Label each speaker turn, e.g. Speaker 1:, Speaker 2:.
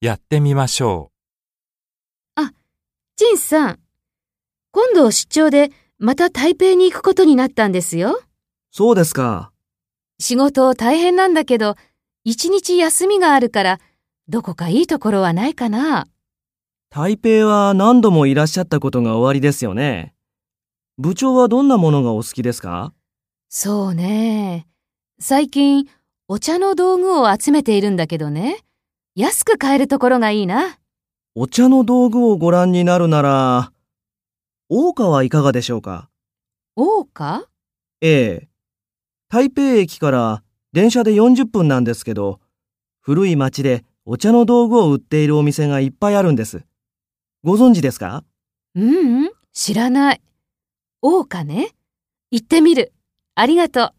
Speaker 1: やってみましょ
Speaker 2: 陳さん、今度出張でまた台北に行くことになったんですよ。
Speaker 3: そうですか。
Speaker 2: 仕事大変なんだけど、一日休みがあるから、どこかいいところはないかな。
Speaker 3: 台北は何度もいらっしゃったことがおありですよね。部長はどんなものがお好きですか
Speaker 2: そうね。最近、お茶の道具を集めているんだけどね。安く買えるところがいいな。
Speaker 3: お茶の道具をご覧になるなら、大川はいかがでしょうか
Speaker 2: 大か
Speaker 3: ええ。台北駅から電車で40分なんですけど、古い町でお茶の道具を売っているお店がいっぱいあるんです。ご存知ですか
Speaker 2: ううん、知らない。大かね。行ってみる。ありがとう。